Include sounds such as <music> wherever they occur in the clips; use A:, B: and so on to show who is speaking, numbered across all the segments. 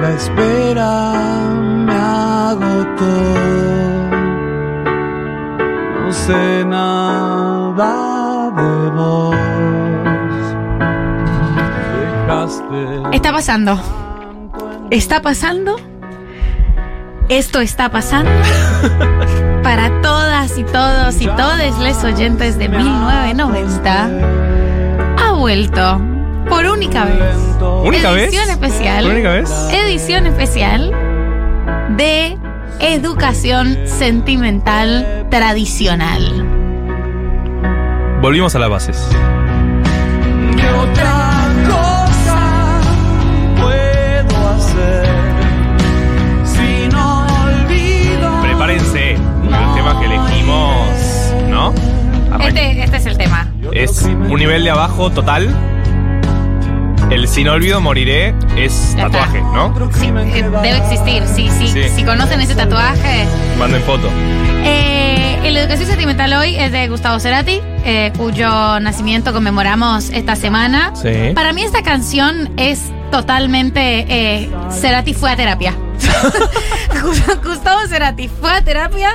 A: La espera me agotó. No sé nada de vos. Dejaste.
B: Está pasando. Está pasando. Esto está
C: <laughs>
B: pasando. Para todas y todos y todes les oyentes de 1990 ha vuelto por única vez.
C: ¿Única vez?
B: Edición especial.
C: ¿Por única vez?
B: Edición especial de educación sentimental tradicional.
C: Volvimos a las bases.
A: ¿Qué otra cosa puedo hacer si no olvido?
C: Prepárense. El tema que elegimos, ¿no? Arranca-
B: Este, este es el tema.
C: Es un nivel de abajo total. El sin olvido moriré es
B: Ya está.
C: tatuaje, ¿no?
B: Sí, eh, debe existir. Sí, sí,
C: Sí.
B: Si conocen ese tatuaje.
C: Manden foto.
B: Eh, el educación sentimental hoy es de Gustavo Cerati, eh, cuyo nacimiento conmemoramos esta semana.
C: Sí.
B: Para mí esta canción es totalmente... eh, Cerati fue a terapia. <laughs> Gust- Gustavo Cerati fue a terapia,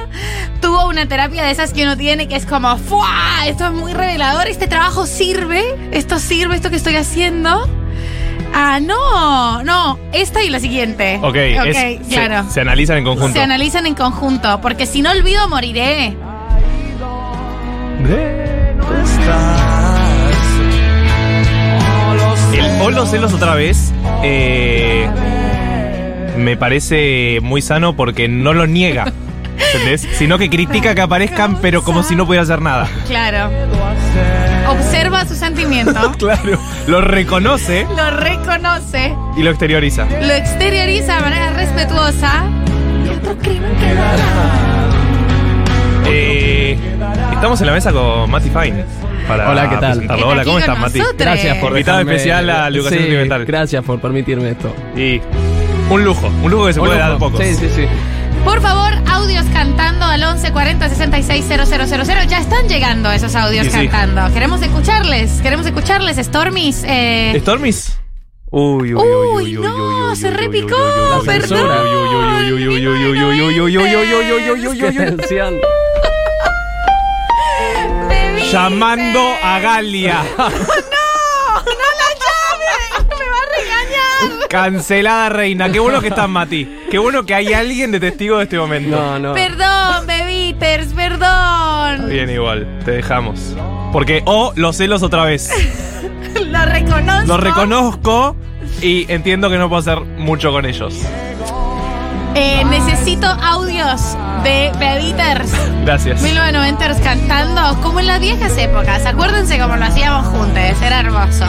B: tuvo una terapia de esas que uno tiene que es como, ¡fua! Esto es muy revelador, este trabajo sirve, esto sirve, esto que estoy haciendo. Ah, no, no, esta y la siguiente.
C: Ok, es-
B: Ok,
C: se-
B: claro.
C: Se, analizan en conjunto.
B: Se analizan en conjunto, porque si no olvido moriré.
C: De-
A: Estás. No lo sé.
C: El o los celos otra vez eh, me parece muy sano porque no lo niega, <laughs> ¿entendés? Sino que critica que aparezcan, pero como si no pudiera hacer nada.
B: Claro.
A: puedo hacer.
B: Observa su sentimiento,
C: <laughs> Claro, lo reconoce
B: lo reconoce,
C: y lo exterioriza.
B: lo exterioriza de manera respetuosa. Y otro crimen quedará.
C: Eh, estamos en la mesa con Mati Fine. para
D: Hola, ¿qué tal?
C: presentarlo.
B: Está
C: Hola,
B: aquí
C: ¿cómo
B: con
C: estás, Mati?
B: nosotros.
D: Gracias por
C: Invitada
D: dejarme-
C: especial a la educación
D: Sí,
C: sentimental.
D: Gracias por permitirme esto.
C: Y un lujo, un lujo que se
D: Un
C: puede
D: lujo.
C: dar a pocos.
D: Sí, sí, sí.
B: Por favor, audios cantando al 11 40 66 000. Ya están llegando esos audios
C: Sí, sí.
B: cantando. Queremos escucharles, queremos escucharles, Stormis. eh,
C: ¿Stormis? Uy, uy, uy, uy,
B: Uy,
C: uy,
B: no,
C: uy,
B: se
C: uy, uy,
B: repicó,
C: uy, uy, uy, uy,
B: perdón.
C: uy, uy, uy, uy, uy, uy, uy, uy, uy, uy, uy, uy, uy, uy, uy, uy,
D: Qué
C: uy, uy.
D: tensión.
B: bebiste.
C: Llamando a <laughs> Galia.
B: <laughs> ¡No! ¡No la llame! ¡Me va a regañar!
C: Cancelada reina. Qué bueno que estás, Mati. Qué bueno que hay alguien de testigo de este momento.
D: No, no.
B: Perdón, bebiters, perdón.
C: Bien, igual, te dejamos. Porque o los celos otra vez.
B: Lo reconozco.
C: Los reconozco y entiendo que no puedo hacer mucho con ellos.
B: Eh, necesito audios de Bebiters
C: Gracias.
B: 1990ers cantando como en las viejas épocas. Acuérdense cómo lo hacíamos juntos. Era hermoso.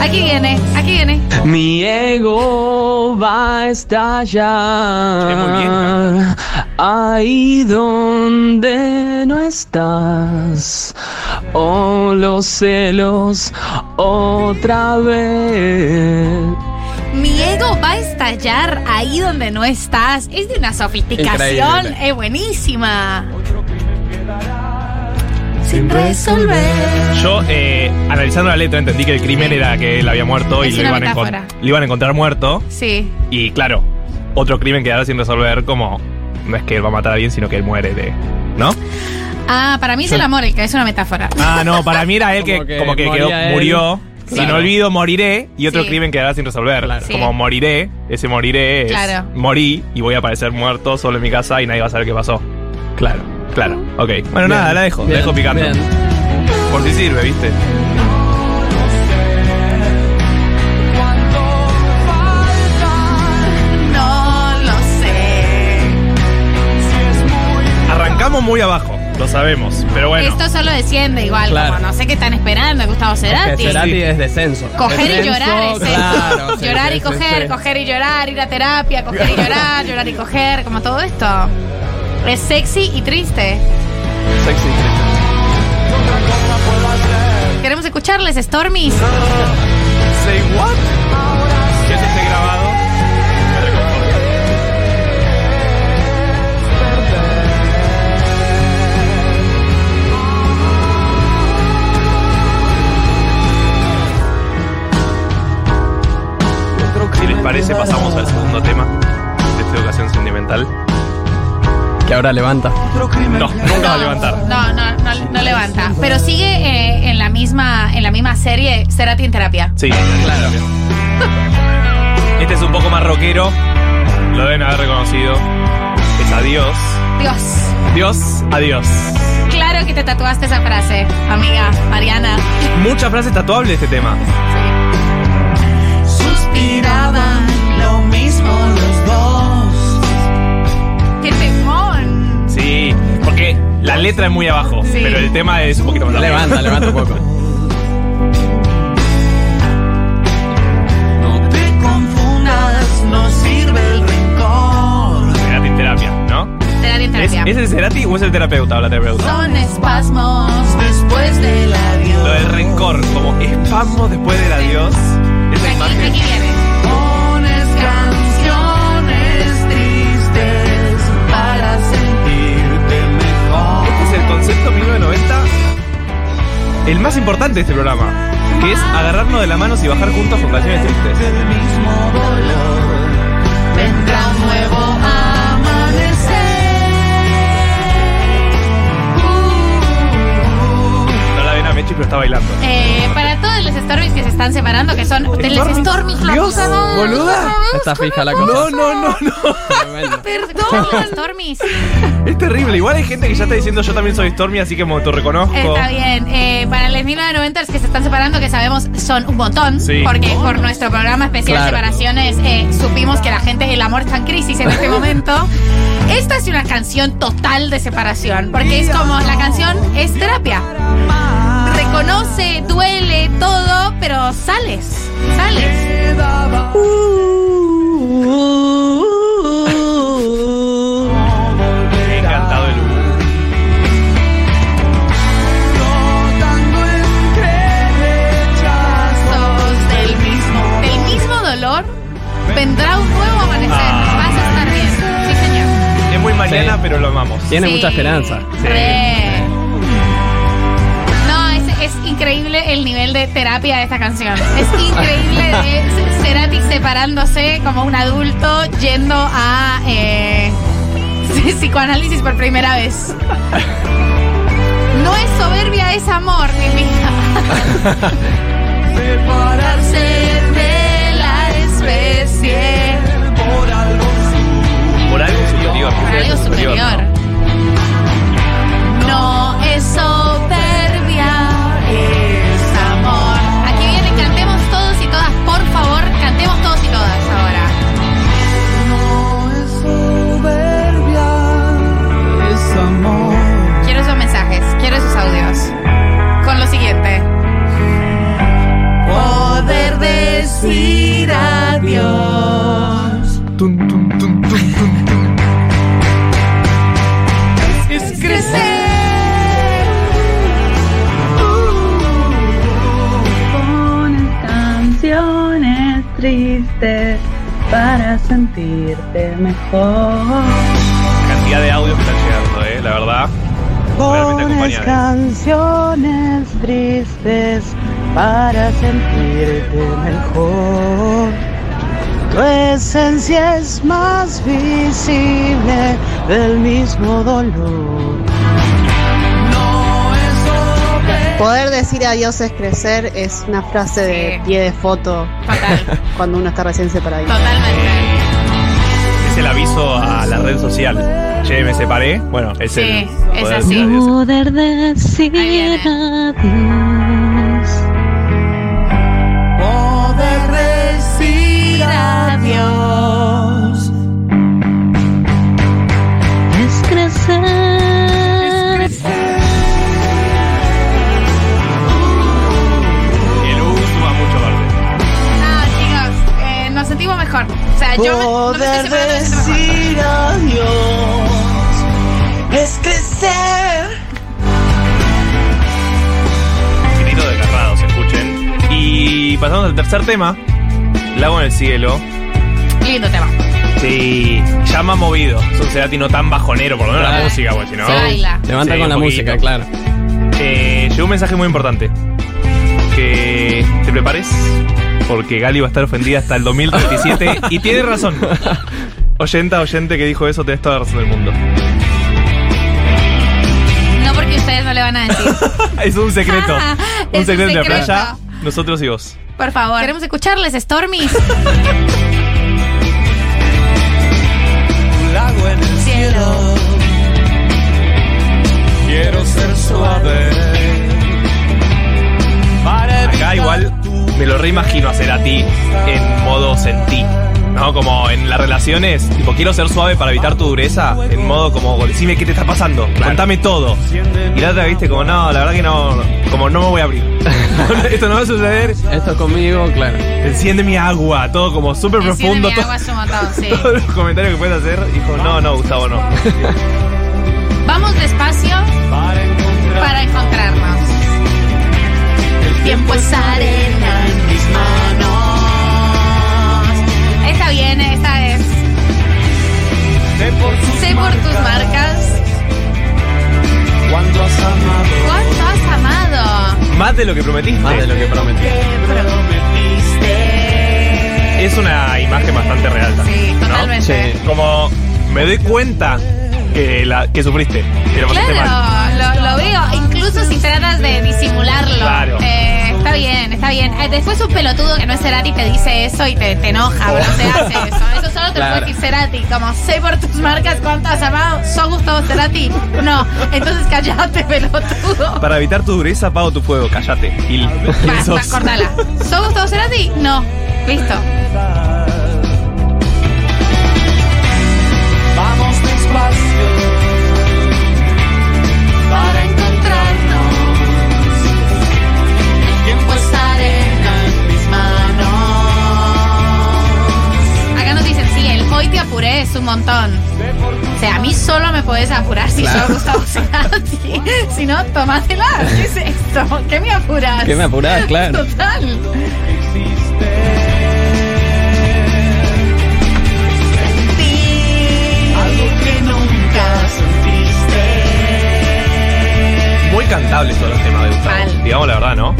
B: Aquí viene, aquí viene.
D: Mi ego va a estallar.
C: Sí, muy bien.
D: Ahí donde no estás. Oh, los celos otra vez.
B: Mi ego va a estallar ahí donde no estás. Es de una sofisticación
D: Increíble.
B: eh, buenísima. Sin resolver.
C: Yo, eh, analizando la letra, entendí que el crimen
B: Sí.
C: era que él había muerto y
B: Es
C: lo
B: una
C: iban, a
B: metáfora.
C: encon- lo iban a encontrar muerto.
B: Sí.
C: Y claro, otro crimen quedará sin resolver, como no es que él va a matar a alguien, sino que él muere de. ¿No?
B: Ah, para mí es el amor el que es una metáfora.
C: Ah, no, para mí era él que
D: Como que
C: como que
D: moría
C: quedó,
D: él.
C: murió.
D: Claro.
C: Sin olvido, moriré. Y otro
B: Sí.
C: crimen quedará sin resolver.
D: Claro.
B: Sí.
C: Como moriré, ese moriré es
B: Claro.
C: morí y voy a aparecer muerto solo en mi casa y nadie va a saber qué pasó.
D: Claro.
C: Claro, ok. Bueno, nada, la dejo, la dejo picando. Por si sirve, ¿viste?
B: No lo sé.
C: Arrancamos muy abajo, lo sabemos. Pero bueno,
B: Esto solo desciende igual.
D: Claro.
B: Como no sé qué están esperando, Gustavo
D: Que
B: Cerati.
D: Cerati es descenso.
B: Coger y
D: Descenso,
B: llorar es
D: claro,
B: eso. <laughs>
D: sí,
B: Llorar y
D: sí, sí,
B: coger,
D: sí.
B: coger y llorar, ir a terapia, coger y
D: <laughs>
B: llorar, llorar y coger, como todo esto. Es sexy y triste.
D: Sexy.
B: Queremos escucharles, Stormis.
C: Say what? Que esto esté grabado. Me reconforta. Si les parece, pasamos al segundo tema de esta educación sentimental.
D: Que ahora levanta.
C: No, nunca va a levantar.
B: No, no, no, no levanta. Pero sigue eh, en la misma, en la misma serie, Cerati en terapia.
C: Sí, claro. Este es un poco más rockero. Lo deben haber reconocido. Es adiós.
B: Dios.
C: Dios, adiós.
B: Claro que te tatuaste esa frase, amiga Mariana.
C: Muchas frases tatuables de este tema.
B: Sí.
A: Suspiraban lo mismo los dos.
B: ¡Qué temón!
C: Sí, porque la letra es muy abajo,
B: Sí.
C: pero el tema es un poquito más arriba.
D: Levanta, levanta un poco.
A: No te confundas, no sirve el rencor.
C: Cerati en terapia, ¿no?
B: Cerati en
C: ¿Es,
B: terapia.
C: ¿Es el Cerati o es el terapeuta o la terapeuta?
B: Son espasmos.
A: Después del adiós.
C: Lo del rencor, como espasmos después del adiós. Esa
B: Aquí,
C: imagen.
B: aquí viene.
A: Pones canciones tristes para sentirte mejor.
C: Este es el concepto 1990, el más importante de este programa, que es agarrarnos de la manos y bajar juntos con canciones tristes.
A: Del mismo dolor vendrá un nuevo amanecer. Uh, uh, uh.
C: No la ven a Mechi, pero está bailando.
B: Eh, para todos los Stormies que se están separando, que son de los
C: ¿Stormies?
B: Stormies, la
C: Dios,
B: cosa no-
C: boluda.
D: Está fija la cosa.
C: No, no, no, no.
D: Tremendo.
B: Perdón, los Stormies.
C: Es terrible. Igual hay gente que ya está diciendo yo también soy Stormy, así que me autorreconozco.
B: Está bien. Eh, para los 1990 que se están separando, que sabemos son un montón,
C: Sí.
B: porque por nuestro programa especial
D: Claro.
B: Separaciones eh, supimos que la gente, el amor está en crisis en
C: <laughs>
B: este momento. Esta es una canción total de separación, porque es como la canción es terapia. Reconoce, duele, todo, pero sales, sales.
C: Me ha encantado el
A: Flotando entre
B: Sos del mismo, del mismo dolor, vendrá un nuevo amanecer.
C: Ah.
B: Vas a estar bien. Sí, señor.
C: Es muy mañana,
D: Sí.
C: pero lo amamos.
D: Tiene
B: Sí.
D: mucha esperanza.
B: Re. No, es, es increíble el nivel de terapia de esta canción. Es increíble de Cerati separándose como un adulto yendo a eh, <laughs> psicoanálisis por primera vez. No es soberbia, es amor, mi hija.
A: separarse
B: de la especie.
A: por algo
C: Por algo superior.
B: Por algo superior. No es soberbia, es amor. Aquí viene, cantemos todos y todas, por favor, cantemos todos y todas ahora.
A: no es soberbia, es amor.
B: Quiero esos mensajes, quiero esos audios. Con lo siguiente.
A: Poder decir adiós.
B: Es crecer.
E: Pones canciones tristes para sentirte mejor.
C: Cantidad de audios que están llegando, eh, la verdad. Realmente
E: Pones
C: acompañada. ¿eh?
E: canciones tristes para sentirte mejor. Tu esencia es más visible del mismo dolor.
A: No es soberbia.
F: Poder decir adiós es crecer es una frase de
B: Sí.
F: pie de foto
B: <laughs> Total,
F: cuando uno está recién separado.
B: totalmente.
C: Es el aviso a la red social. Che, me separé. Bueno, es
B: Sí,
C: el.
B: es
C: poder
B: así.
C: de adiós.
E: Poder
B: Ahí
E: decir adiós.
A: Poder decir adiós.
E: Es crecer.
C: Y el U suma mucho verde.
B: Ah, chicos, eh, nos sentimos mejor. O sea, yo me, no me estoy
E: Poder
B: separando, me siento mejor.
E: decir adiós. Es crecer.
C: Grito de carrados, escuchen. Y pasamos al tercer tema. Lago en el cielo.
B: Lindo tema.
C: Sí, ya más movido. Es un Cerati no tan bajonero, por lo menos la
D: Claro.
C: música, pues si no.
B: Se baila.
D: Levanta
C: Sí,
D: con
C: un
D: la
C: poquito.
D: música, claro.
C: Eh, llegó un mensaje muy importante. Que te prepares porque Gali va a estar ofendida hasta el 2037 y tiene razón. Oyenta, oyente que dijo eso, tenés toda la razón
B: <laughs>
C: del mundo.
B: No porque ustedes no le van a decir.
C: es un secreto.
B: <laughs> Es un
C: un secreto de la
B: secreto.
C: playa, nosotros y vos.
B: Por favor. Queremos escucharles, Stormy.
A: un lago en el cielo. Quiero ser suave. Para
C: Acá igual me lo reimagino hacer a ti en modo sentí. ¿No? Como en las relaciones, tipo, quiero ser suave para evitar tu dureza. En modo como, decime qué te está pasando, contame todo. Y la otra, viste, como, no, la verdad que no, como, no me voy a abrir. Esto no va a suceder.
D: Esto conmigo, claro.
C: Enciende mi agua, todo como súper
B: Enciende
C: profundo.
B: mi
C: to-
B: agua, es un montón, <laughs> sí.
C: <laughs> Todos los comentarios que puedes hacer, dijo, no, no, Gustavo, no.
B: Vamos despacio para encontrarnos. El tiempo es arena en mis manos. Esta viene, esta es. Sé por tus marcas.
A: Cuando has amado,
B: ¿Cuánto has amado?
C: Más de lo que prometiste.
D: Más de lo que prometí.
B: Prometiste.
C: Es una imagen bastante real
B: Sí,
C: también. ¿no?
B: totalmente.
D: Sí.
C: Como me doy cuenta que, la, que sufriste. Que lo pasaste mal.
B: Claro, lo, lo veo. Incluso si tratas de disimularlo.
C: Claro.
B: Eh, está bien, está bien. Eh, después un pelotudo que no es Cerati te dice eso y te, te enoja, pero no se hace eso. Eso solo te
D: Claro.
B: lo puede decir Cerati. Como sé por tus marcas cuánto has amado, sos Gustavo Cerati. No, entonces callate, <laughs> pelotudo.
C: Para evitar tu dureza, apago tu fuego. Cállate. Y <laughs>
B: Basta, cortala. ¿Sos Gustavo Cerati? No. Listo.
A: vamos despacio.
B: Para encontrarnos, el tiempo es arena en mis manos. Acá nos dicen, sí, el hoy te apuré es un montón. O sea, a mí solo me puedes apurar si
D: Claro.
B: yo Gustavo Cerati. Si no, tomátela. ¿Qué es esto? ¿Qué me apuras?
D: Que me apurás, claro.
B: Total.
C: Muy cantables todos los temas de Gustavo.
B: Mal.
C: Digamos la verdad, ¿no?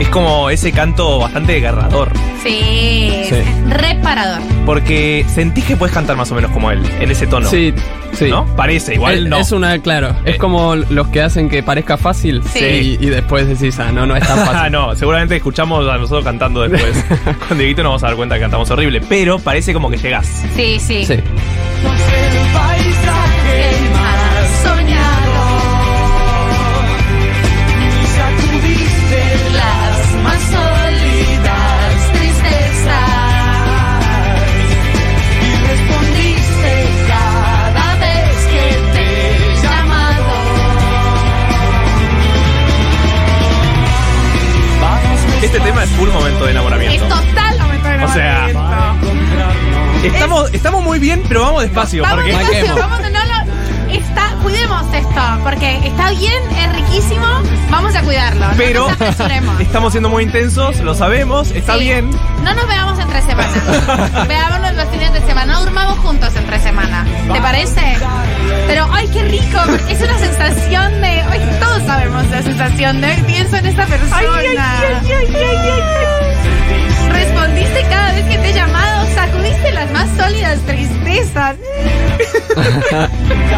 C: Es como ese canto bastante desgarrador.
B: Sí,
D: Sí.
B: reparador.
C: Porque sentís que puedes cantar más o menos como él, en ese tono.
D: Sí, sí.
C: ¿No? Parece, igual
D: es,
C: no.
D: es una, claro. Es
C: Eh.
D: como los que hacen que parezca fácil.
B: Sí.
D: Y, y después decís, ah, no, no es
C: <laughs>
D: tan
C: Ah,
D: fácil.
C: no, seguramente escuchamos a nosotros cantando
D: <laughs>
C: después. Con Dieguito nos vamos a dar cuenta que cantamos horrible, pero parece como que llegás.
B: Sí, sí.
D: Sí.
B: El más soñado. Las más sólidas tristezas y respondiste cada vez que te he llamado.
C: Este tema es full momento de
B: Es
C: enamoramiento.
B: total momento de
C: O sea,
B: enamoramiento.
C: Estamos, estamos muy bien, pero vamos despacio.
B: Vamos
C: porque
B: despacio,
D: Marquemos.
B: vamos, no lo- está, cuidemos esto, porque está bien, es riquísimo, vamos a cuidarlo. no
C: pero
B: nos apresuremos.
C: estamos siendo muy intensos, lo sabemos, está
B: Sí.
C: bien.
B: No nos veamos entre
C: <laughs>
B: semanas. Veámonos los fines de semana. Durmamos juntos entre semana. ¿Te parece? Pero, ¡ay, qué rico! Es una sensación de. Hoy todos sabemos la sensación de. Hoy pienso en esta persona. Respondiste cada vez que te he llamado. Sacudiste las más sólidas tristezas. <laughs>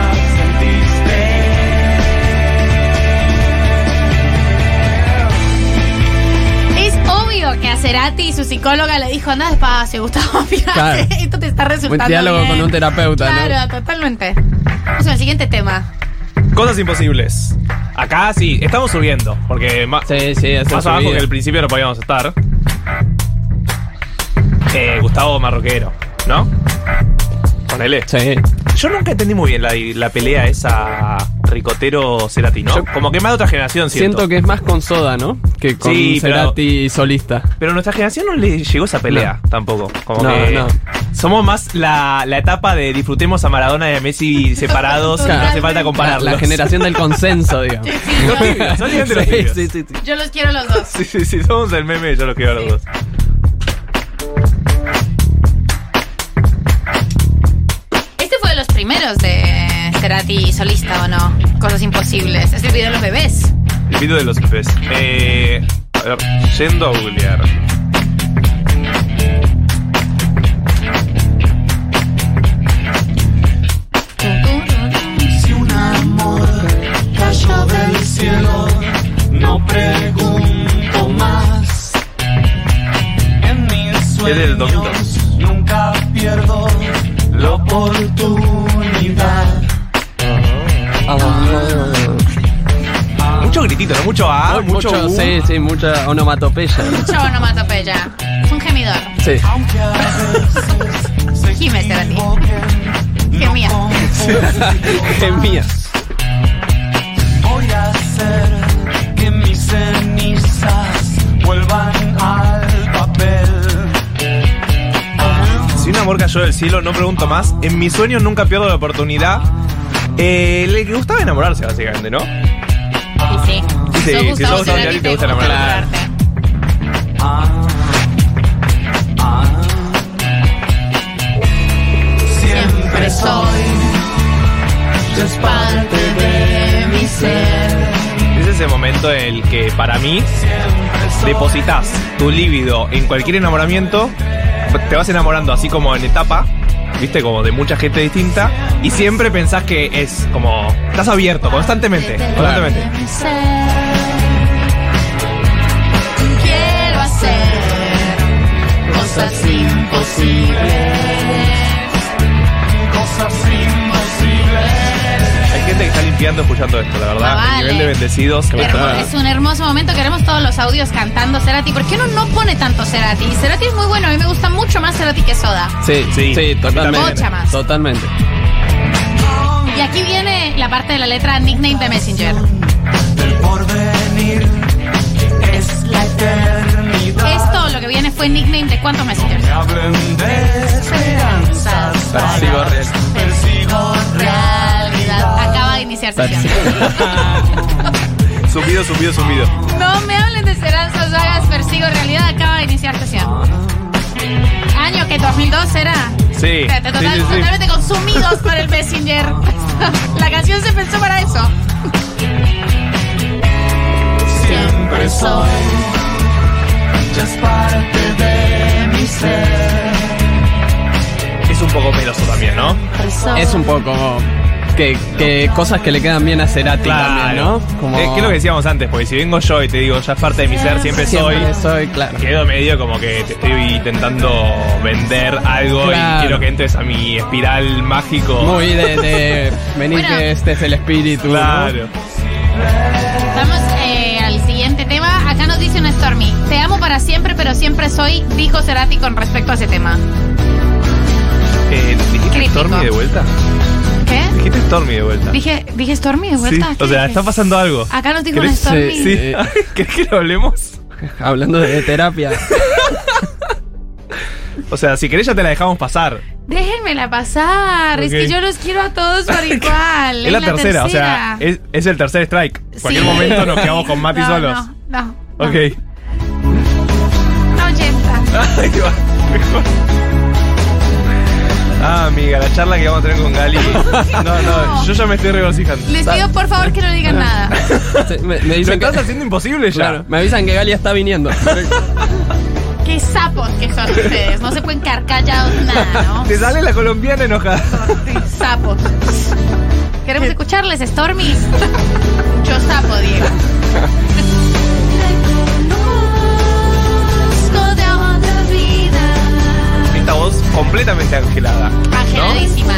B: Es obvio que a Cerati su psicóloga le dijo, anda despacio, Gustavo, <laughs> fíjate,
D: Claro.
B: esto te está
D: Un
B: resultando
D: diálogo
B: bien".
D: con un terapeuta,
B: Claro, totalmente. Vamos al siguiente
D: <laughs>
B: tema.
C: Cosas imposibles. Acá sí, estamos subiendo, porque ma-
D: ¿no? Sí, sí, eso
C: más
D: es
C: abajo
D: vida.
C: que al principio no podíamos estar. Eh, Gustavo Marroquero, ¿no? Ponele.
D: Sí.
C: Yo nunca entendí muy bien la, la pelea esa ricotero Cerati, ¿no?
D: Yo-
C: Como que más de otra generación, siento.
D: Siento que es más con soda, ¿no? Que con
C: Sí, pero-
D: Cerati solista.
C: Pero nuestra generación no le llegó esa pelea tampoco. Como
D: No,
C: que
D: no.
C: somos más la, la etapa de disfrutemos a Maradona y a Messi separados, y no hace
D: Totalmente.
C: falta
D: La,
C: compararlos.
D: la generación del consenso, digamos.
C: Los tibios, <laughs> son
D: Sí,
C: igualmente los tibios.
D: sí, sí, sí.
B: Yo los quiero los dos.
C: Sí, sí, sí, somos el meme, yo los quiero a los dos.
B: Este fue de los primeros de Cerati solista, ¿o no? Cosas imposibles. Es el video de los bebés.
C: El video de los bebés. Eh, a ver, yendo a googlear. que es del 2002.
A: Nunca pierdo la oportunidad.
C: Mucho gritito, ¿no? Mucho ah,
D: Mu-
C: mucho, uh.
D: sí, sí, mucha onomatopeya.
B: Mucho onomatopeya. Es un gemidor.
C: <laughs>
D: Sí.
A: Aunque a veces se
B: Gime, Cerati.
A: equivoque,
B: Gemía.
A: no
D: <laughs> es mía.
A: Voy a hacer que mis cenizas vuelvan al papel.
C: Si un amor cayó del cielo, no pregunto más. En mis sueños nunca pierdo la oportunidad. Eh, le gustaba enamorarse, básicamente, ¿no?
B: Y sí.
C: Sí,
B: Sos
C: si
B: Gustavo
C: sos
B: Cerati,
C: Cerati,
B: te
C: te gusta
B: gusta
C: enamorar.
B: enamorarte. Siempre soy. Es parte de mi ser.
C: Es ese momento en el que, para mí, depositas tu líbido en cualquier enamoramiento, te vas enamorando así como en etapa, viste, como de mucha gente distinta, y siempre pensás que es como. Estás abierto constantemente, constantemente.
B: De mi ser. Quiero hacer cosas imposibles.
C: Hay gente que está limpiando escuchando esto, la verdad.
B: Ah,
C: El
B: vale.
C: nivel de bendecidos que me
B: Hermo-
C: está-
B: es un hermoso momento, queremos todos los audios cantando Cerati. ¿Por qué uno no pone tanto Cerati? Cerati es muy bueno, a mí me gusta mucho más Cerati que Soda.
D: Sí,
C: Sí,
D: sí,
C: a mí
D: totalmente.
B: también. Mucha más.
D: Totalmente.
B: Y aquí viene la parte de la letra Nickname de Messenger.
A: El porvenir es la eternidad.
B: Esto lo que viene fue Nickname de cuántos Messengers.
A: Me hablen de esperanzas.
D: Persigo
A: vanas.
D: real.
A: Persigo real.
B: Realidad. Acaba de iniciar sesión.
C: Subido, subido, subido.
B: No me hablen de esperanzas vagas, persigo realidad. Acaba de iniciar sesión. Año que 2002 era.
C: Sí.
B: Espérate,
C: sí,
B: total-
C: sí, sí.
B: Totalmente consumidos por el
C: <laughs>
B: Messenger. La canción se pensó para eso.
A: Siempre soy. Ya es parte de mi ser.
C: Es un poco peloso también, ¿no?
D: Es un poco que, que cosas que le quedan bien a Cerati también, ¿no?
C: Como... Eh, Es que es lo que decíamos antes, porque si vengo yo y te digo, ya es parte de mi ser, siempre,
D: Siempre
C: soy,
D: soy, claro.
C: quedo medio como que te estoy intentando vender algo y
D: Claro.
C: quiero que entres a mi espiral mágico.
D: Muy de, de venir
B: Bueno.
D: que este es el espíritu. ¿no?
C: claro.
B: Vamos eh, al siguiente tema. Acá nos dice una Stormy. Te amo para siempre, pero siempre soy, dijo Cerati con respecto a ese tema.
C: Eh, ¿Dijiste
B: Crítico.
C: Stormy de vuelta?
B: ¿Qué?
C: Dijiste Stormy de vuelta.
B: Dije, dije Stormy de vuelta.
C: Sí,
B: ¿Qué
C: o sea,
B: dije?
C: está pasando algo.
B: Acá nos dijo una
C: ¿Querés?
B: Stormy.
D: Sí,
C: Sí.
D: Eh.
C: <laughs> ¿Querés que lo hablemos?
D: Hablando de terapia.
C: O sea, si querés ya te la dejamos pasar.
B: Déjenmela pasar. Es
C: Ok.
B: que yo los quiero a todos
C: <laughs>
B: por igual.
C: es la, tercera, o sea, es, es el tercer strike. Cualquier
B: Sí.
C: momento nos quedamos con
B: <laughs>
C: Mapi
B: No,
C: solos.
B: No, no. no.
C: Ok.
B: No, Jessa.
C: Ahí va, mejor. <laughs> Ah, amiga, la charla que vamos a tener con
B: <laughs>
C: Gali. No, no,
B: No.
C: yo ya me estoy regocijando.
B: Les pido por favor que no
C: ah.
B: digan nada.
C: <laughs>
D: Sí, me, me
C: Lo
D: dicen que,
C: estás haciendo imposible ya.
D: claro, me avisan que Galia
C: <laughs>
D: está viniendo.
B: Qué sapos que son ustedes. No se pueden quedar callados nada, ¿no?
C: Te sale la colombiana enojada.
B: Sapos.
C: Eh.
B: Queremos escucharles, Stormy. Yo sapo,
C: <laughs>
B: Diego.
C: Esta voz completamente angelada.
B: Angeladísima.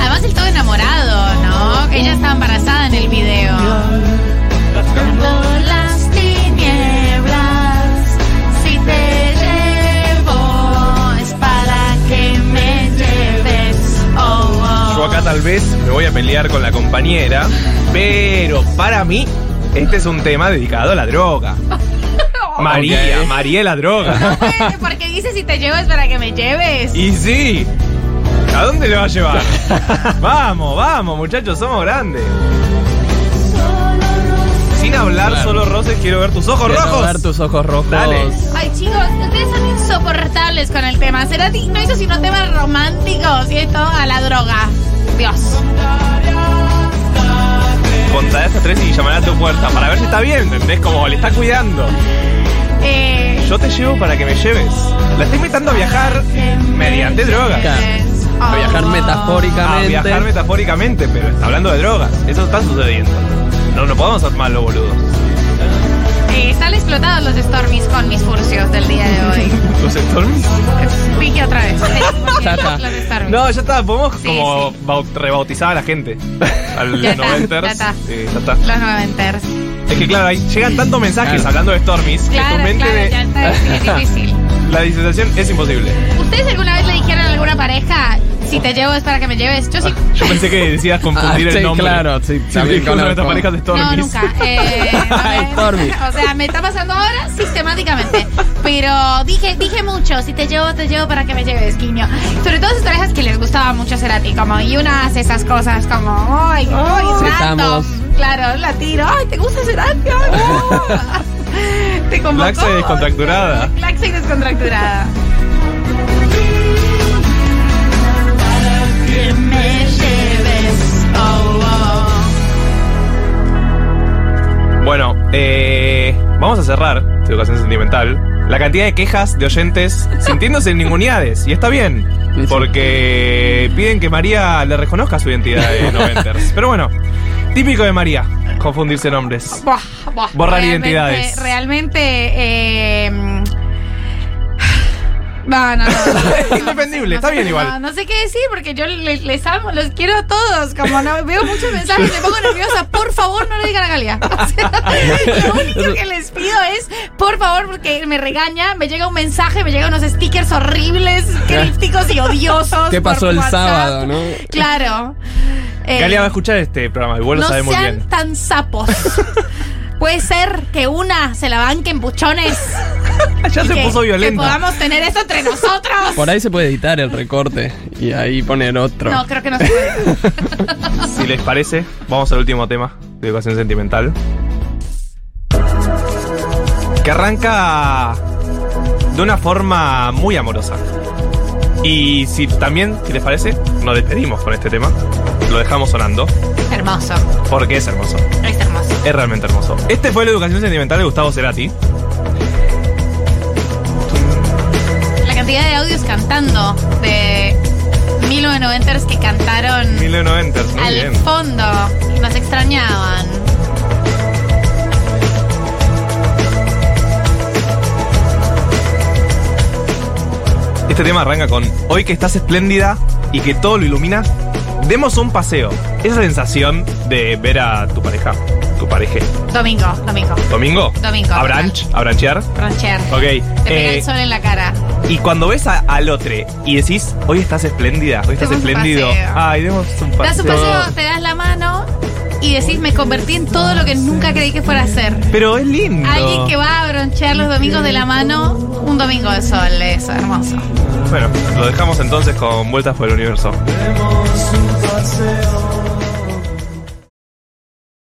B: Además, el todo enamorado, ¿no? Ella estaba embarazada en el video. las tinieblas, si te llevo, es para que me lleves. Oh,
C: Yo acá tal vez me voy a pelear con la compañera, pero para mí este es un tema dedicado a la
D: <laughs>
C: droga. María,
D: Ok.
C: María la
D: <laughs>
C: droga.
B: Porque dice si te llevo es para que me lleves.
C: Y sí, ¿a dónde le va a
D: <laughs>
C: llevar? Vamos, vamos, muchachos, somos grandes. Sin hablar, solo roces, quiero ver tus ojos
D: Quiero
C: rojos.
D: ver tus ojos rojos.
C: Dale.
B: Ay, chicos, ustedes son insoportables con el tema. Cerati no hizo sino temas románticos y esto a la droga. Dios.
C: Contarás a tres y llamarás a tu puerta para ver si está bien, ¿entendés? Como le está cuidando.
B: Eh,
C: Yo te llevo para que me lleves. La estoy invitando a viajar mediante drogas.
D: A viajar
B: Oh.
C: A
D: metafóricamente.
C: viajar metafóricamente, pero está hablando de drogas. Eso está sucediendo. No, no podemos ser malos, boludos.
B: Eh, están explotados los Stormies con mis furcios del día de
C: <laughs>
B: hoy.
C: ¿Los Stormies?
B: Dije otra vez. Eh, porque
D: Ya está.
B: <laughs> Los Stormies.
C: No, ya está, podemos
B: Sí,
C: como bau- rebautizar a
B: <laughs>
C: la gente. Al
B: Ya está,
C: noventers.
B: ya está.
C: Sí, ya está.
B: Los noventers.
C: Es que claro, ahí llegan tantos mensajes
D: Claro.
C: hablando de Stormies que tu
B: Claro,
C: mente
B: claro, ya está. Es
C: <laughs>
B: difícil.
C: la disociación es imposible.
B: ¿Ustedes alguna vez le dijeron a alguna pareja, si te llevo es para que me lleves? Yo sí.
C: Ah, Yo pensé que
D: <laughs>
C: decías confundir
D: Ah,
C: el
D: sí,
C: nombre.
D: claro, sí,
C: Si <laughs>
D: también
C: con
D: conozco.
C: nuestras parejas de Stormies.
B: No,
C: <laughs>
B: nunca. Eh,
D: Ay,
B: no me-
D: Stormy.
B: <laughs> o sea, me está pasando ahora sistemáticamente. Pero dije, dije mucho, si te llevo, te llevo para que me lleves, guiño. Sobre todo esas parejas que les gustaba mucho ser a ti, como, y una hace esas cosas como, ay,
C: Oh,
B: ay,
D: Sí,
B: random.
D: estamos.
B: Claro, la tiro, ay, ¿te gusta ser a ti? Ay, no. Te convocó.
C: Laxa y descontracturada.
B: Laxa y descontracturada. Que me lleves, oh, oh.
C: Bueno, eh, vamos a cerrar tu educación sentimental. La cantidad de quejas de oyentes sintiéndose ninguneades. Y está bien,
D: Sí.
C: porque piden que María le reconozca su identidad de Noventers. Pero bueno, típico de María, confundirse nombres.
B: Buah, buah.
C: Borrar
B: Realmente-
C: identidades.
B: Realmente. Eh, <sighs> no, no, no, no.
C: Indefendible,
B: No sé-
C: está bien igual.
B: No, no sé qué decir porque yo les, les amo, los quiero a todos. Como no, veo muchos mensajes, me pongo nerviosa. Por favor, no le digan a Galia. <laughs> O sea, lo único que les pido es, por favor, porque me regaña, me llega un mensaje, me llegan unos stickers horribles, crípticos y odiosos.
D: ¿Qué
B: por
D: pasó el
B: WhatsApp.
D: sábado, no?
B: Claro. Eh,
C: Galia va a escuchar este programa, igual lo
B: no
C: sabe muy
B: sean
C: bien.
B: tan
C: <laughs>
B: sapos. Puede ser que una se la banquen buchones.
C: <laughs> Ya
B: y
C: se
B: que-
C: puso
B: Que
C: violenta.
B: podamos tener esto entre nosotros.
D: Por ahí se puede editar el recorte y ahí poner otro.
B: No, creo que no se
C: <laughs>
B: puede.
C: Si les parece, vamos al último tema de educación sentimental. Que arranca de una forma muy amorosa. Y si también, si les parece, nos despedimos con este tema. Lo dejamos sonando,
B: Es hermoso.
C: porque es hermoso.
B: Es hermoso.
C: Es realmente hermoso. Este fue la educación sentimental de Gustavo Cerati.
B: La cantidad de audios cantando de 1990ers que cantaron
C: 1990, muy
B: al
C: bien.
B: fondo y nos extrañaban.
C: Este tema arranca con Hoy que estás espléndida y que todo lo ilumina, demos un paseo. Esa sensación de ver a tu pareja, tu pareja.
B: Domingo, domingo.
C: ¿Domingo?
B: Domingo.
C: ¿A brunch? ¿A branchear?
B: Roncher.
C: Ok.
B: Te pega
C: eh,
B: el sol en la cara.
C: y cuando ves a- al otro y decís, hoy estás espléndida, hoy estás
B: Demos un
C: espléndido.
B: paseo.
C: Ay, demos un paseo.
B: Das un paseo, te das la mano y decís, me convertí en todo lo que nunca creí que fuera a ser.
C: Pero es lindo.
B: Alguien que va a bronchear los domingos de la mano, un domingo de sol, eso, hermoso.
C: Bueno, lo dejamos entonces con Vueltas por el Universo.
G: Demos un paseo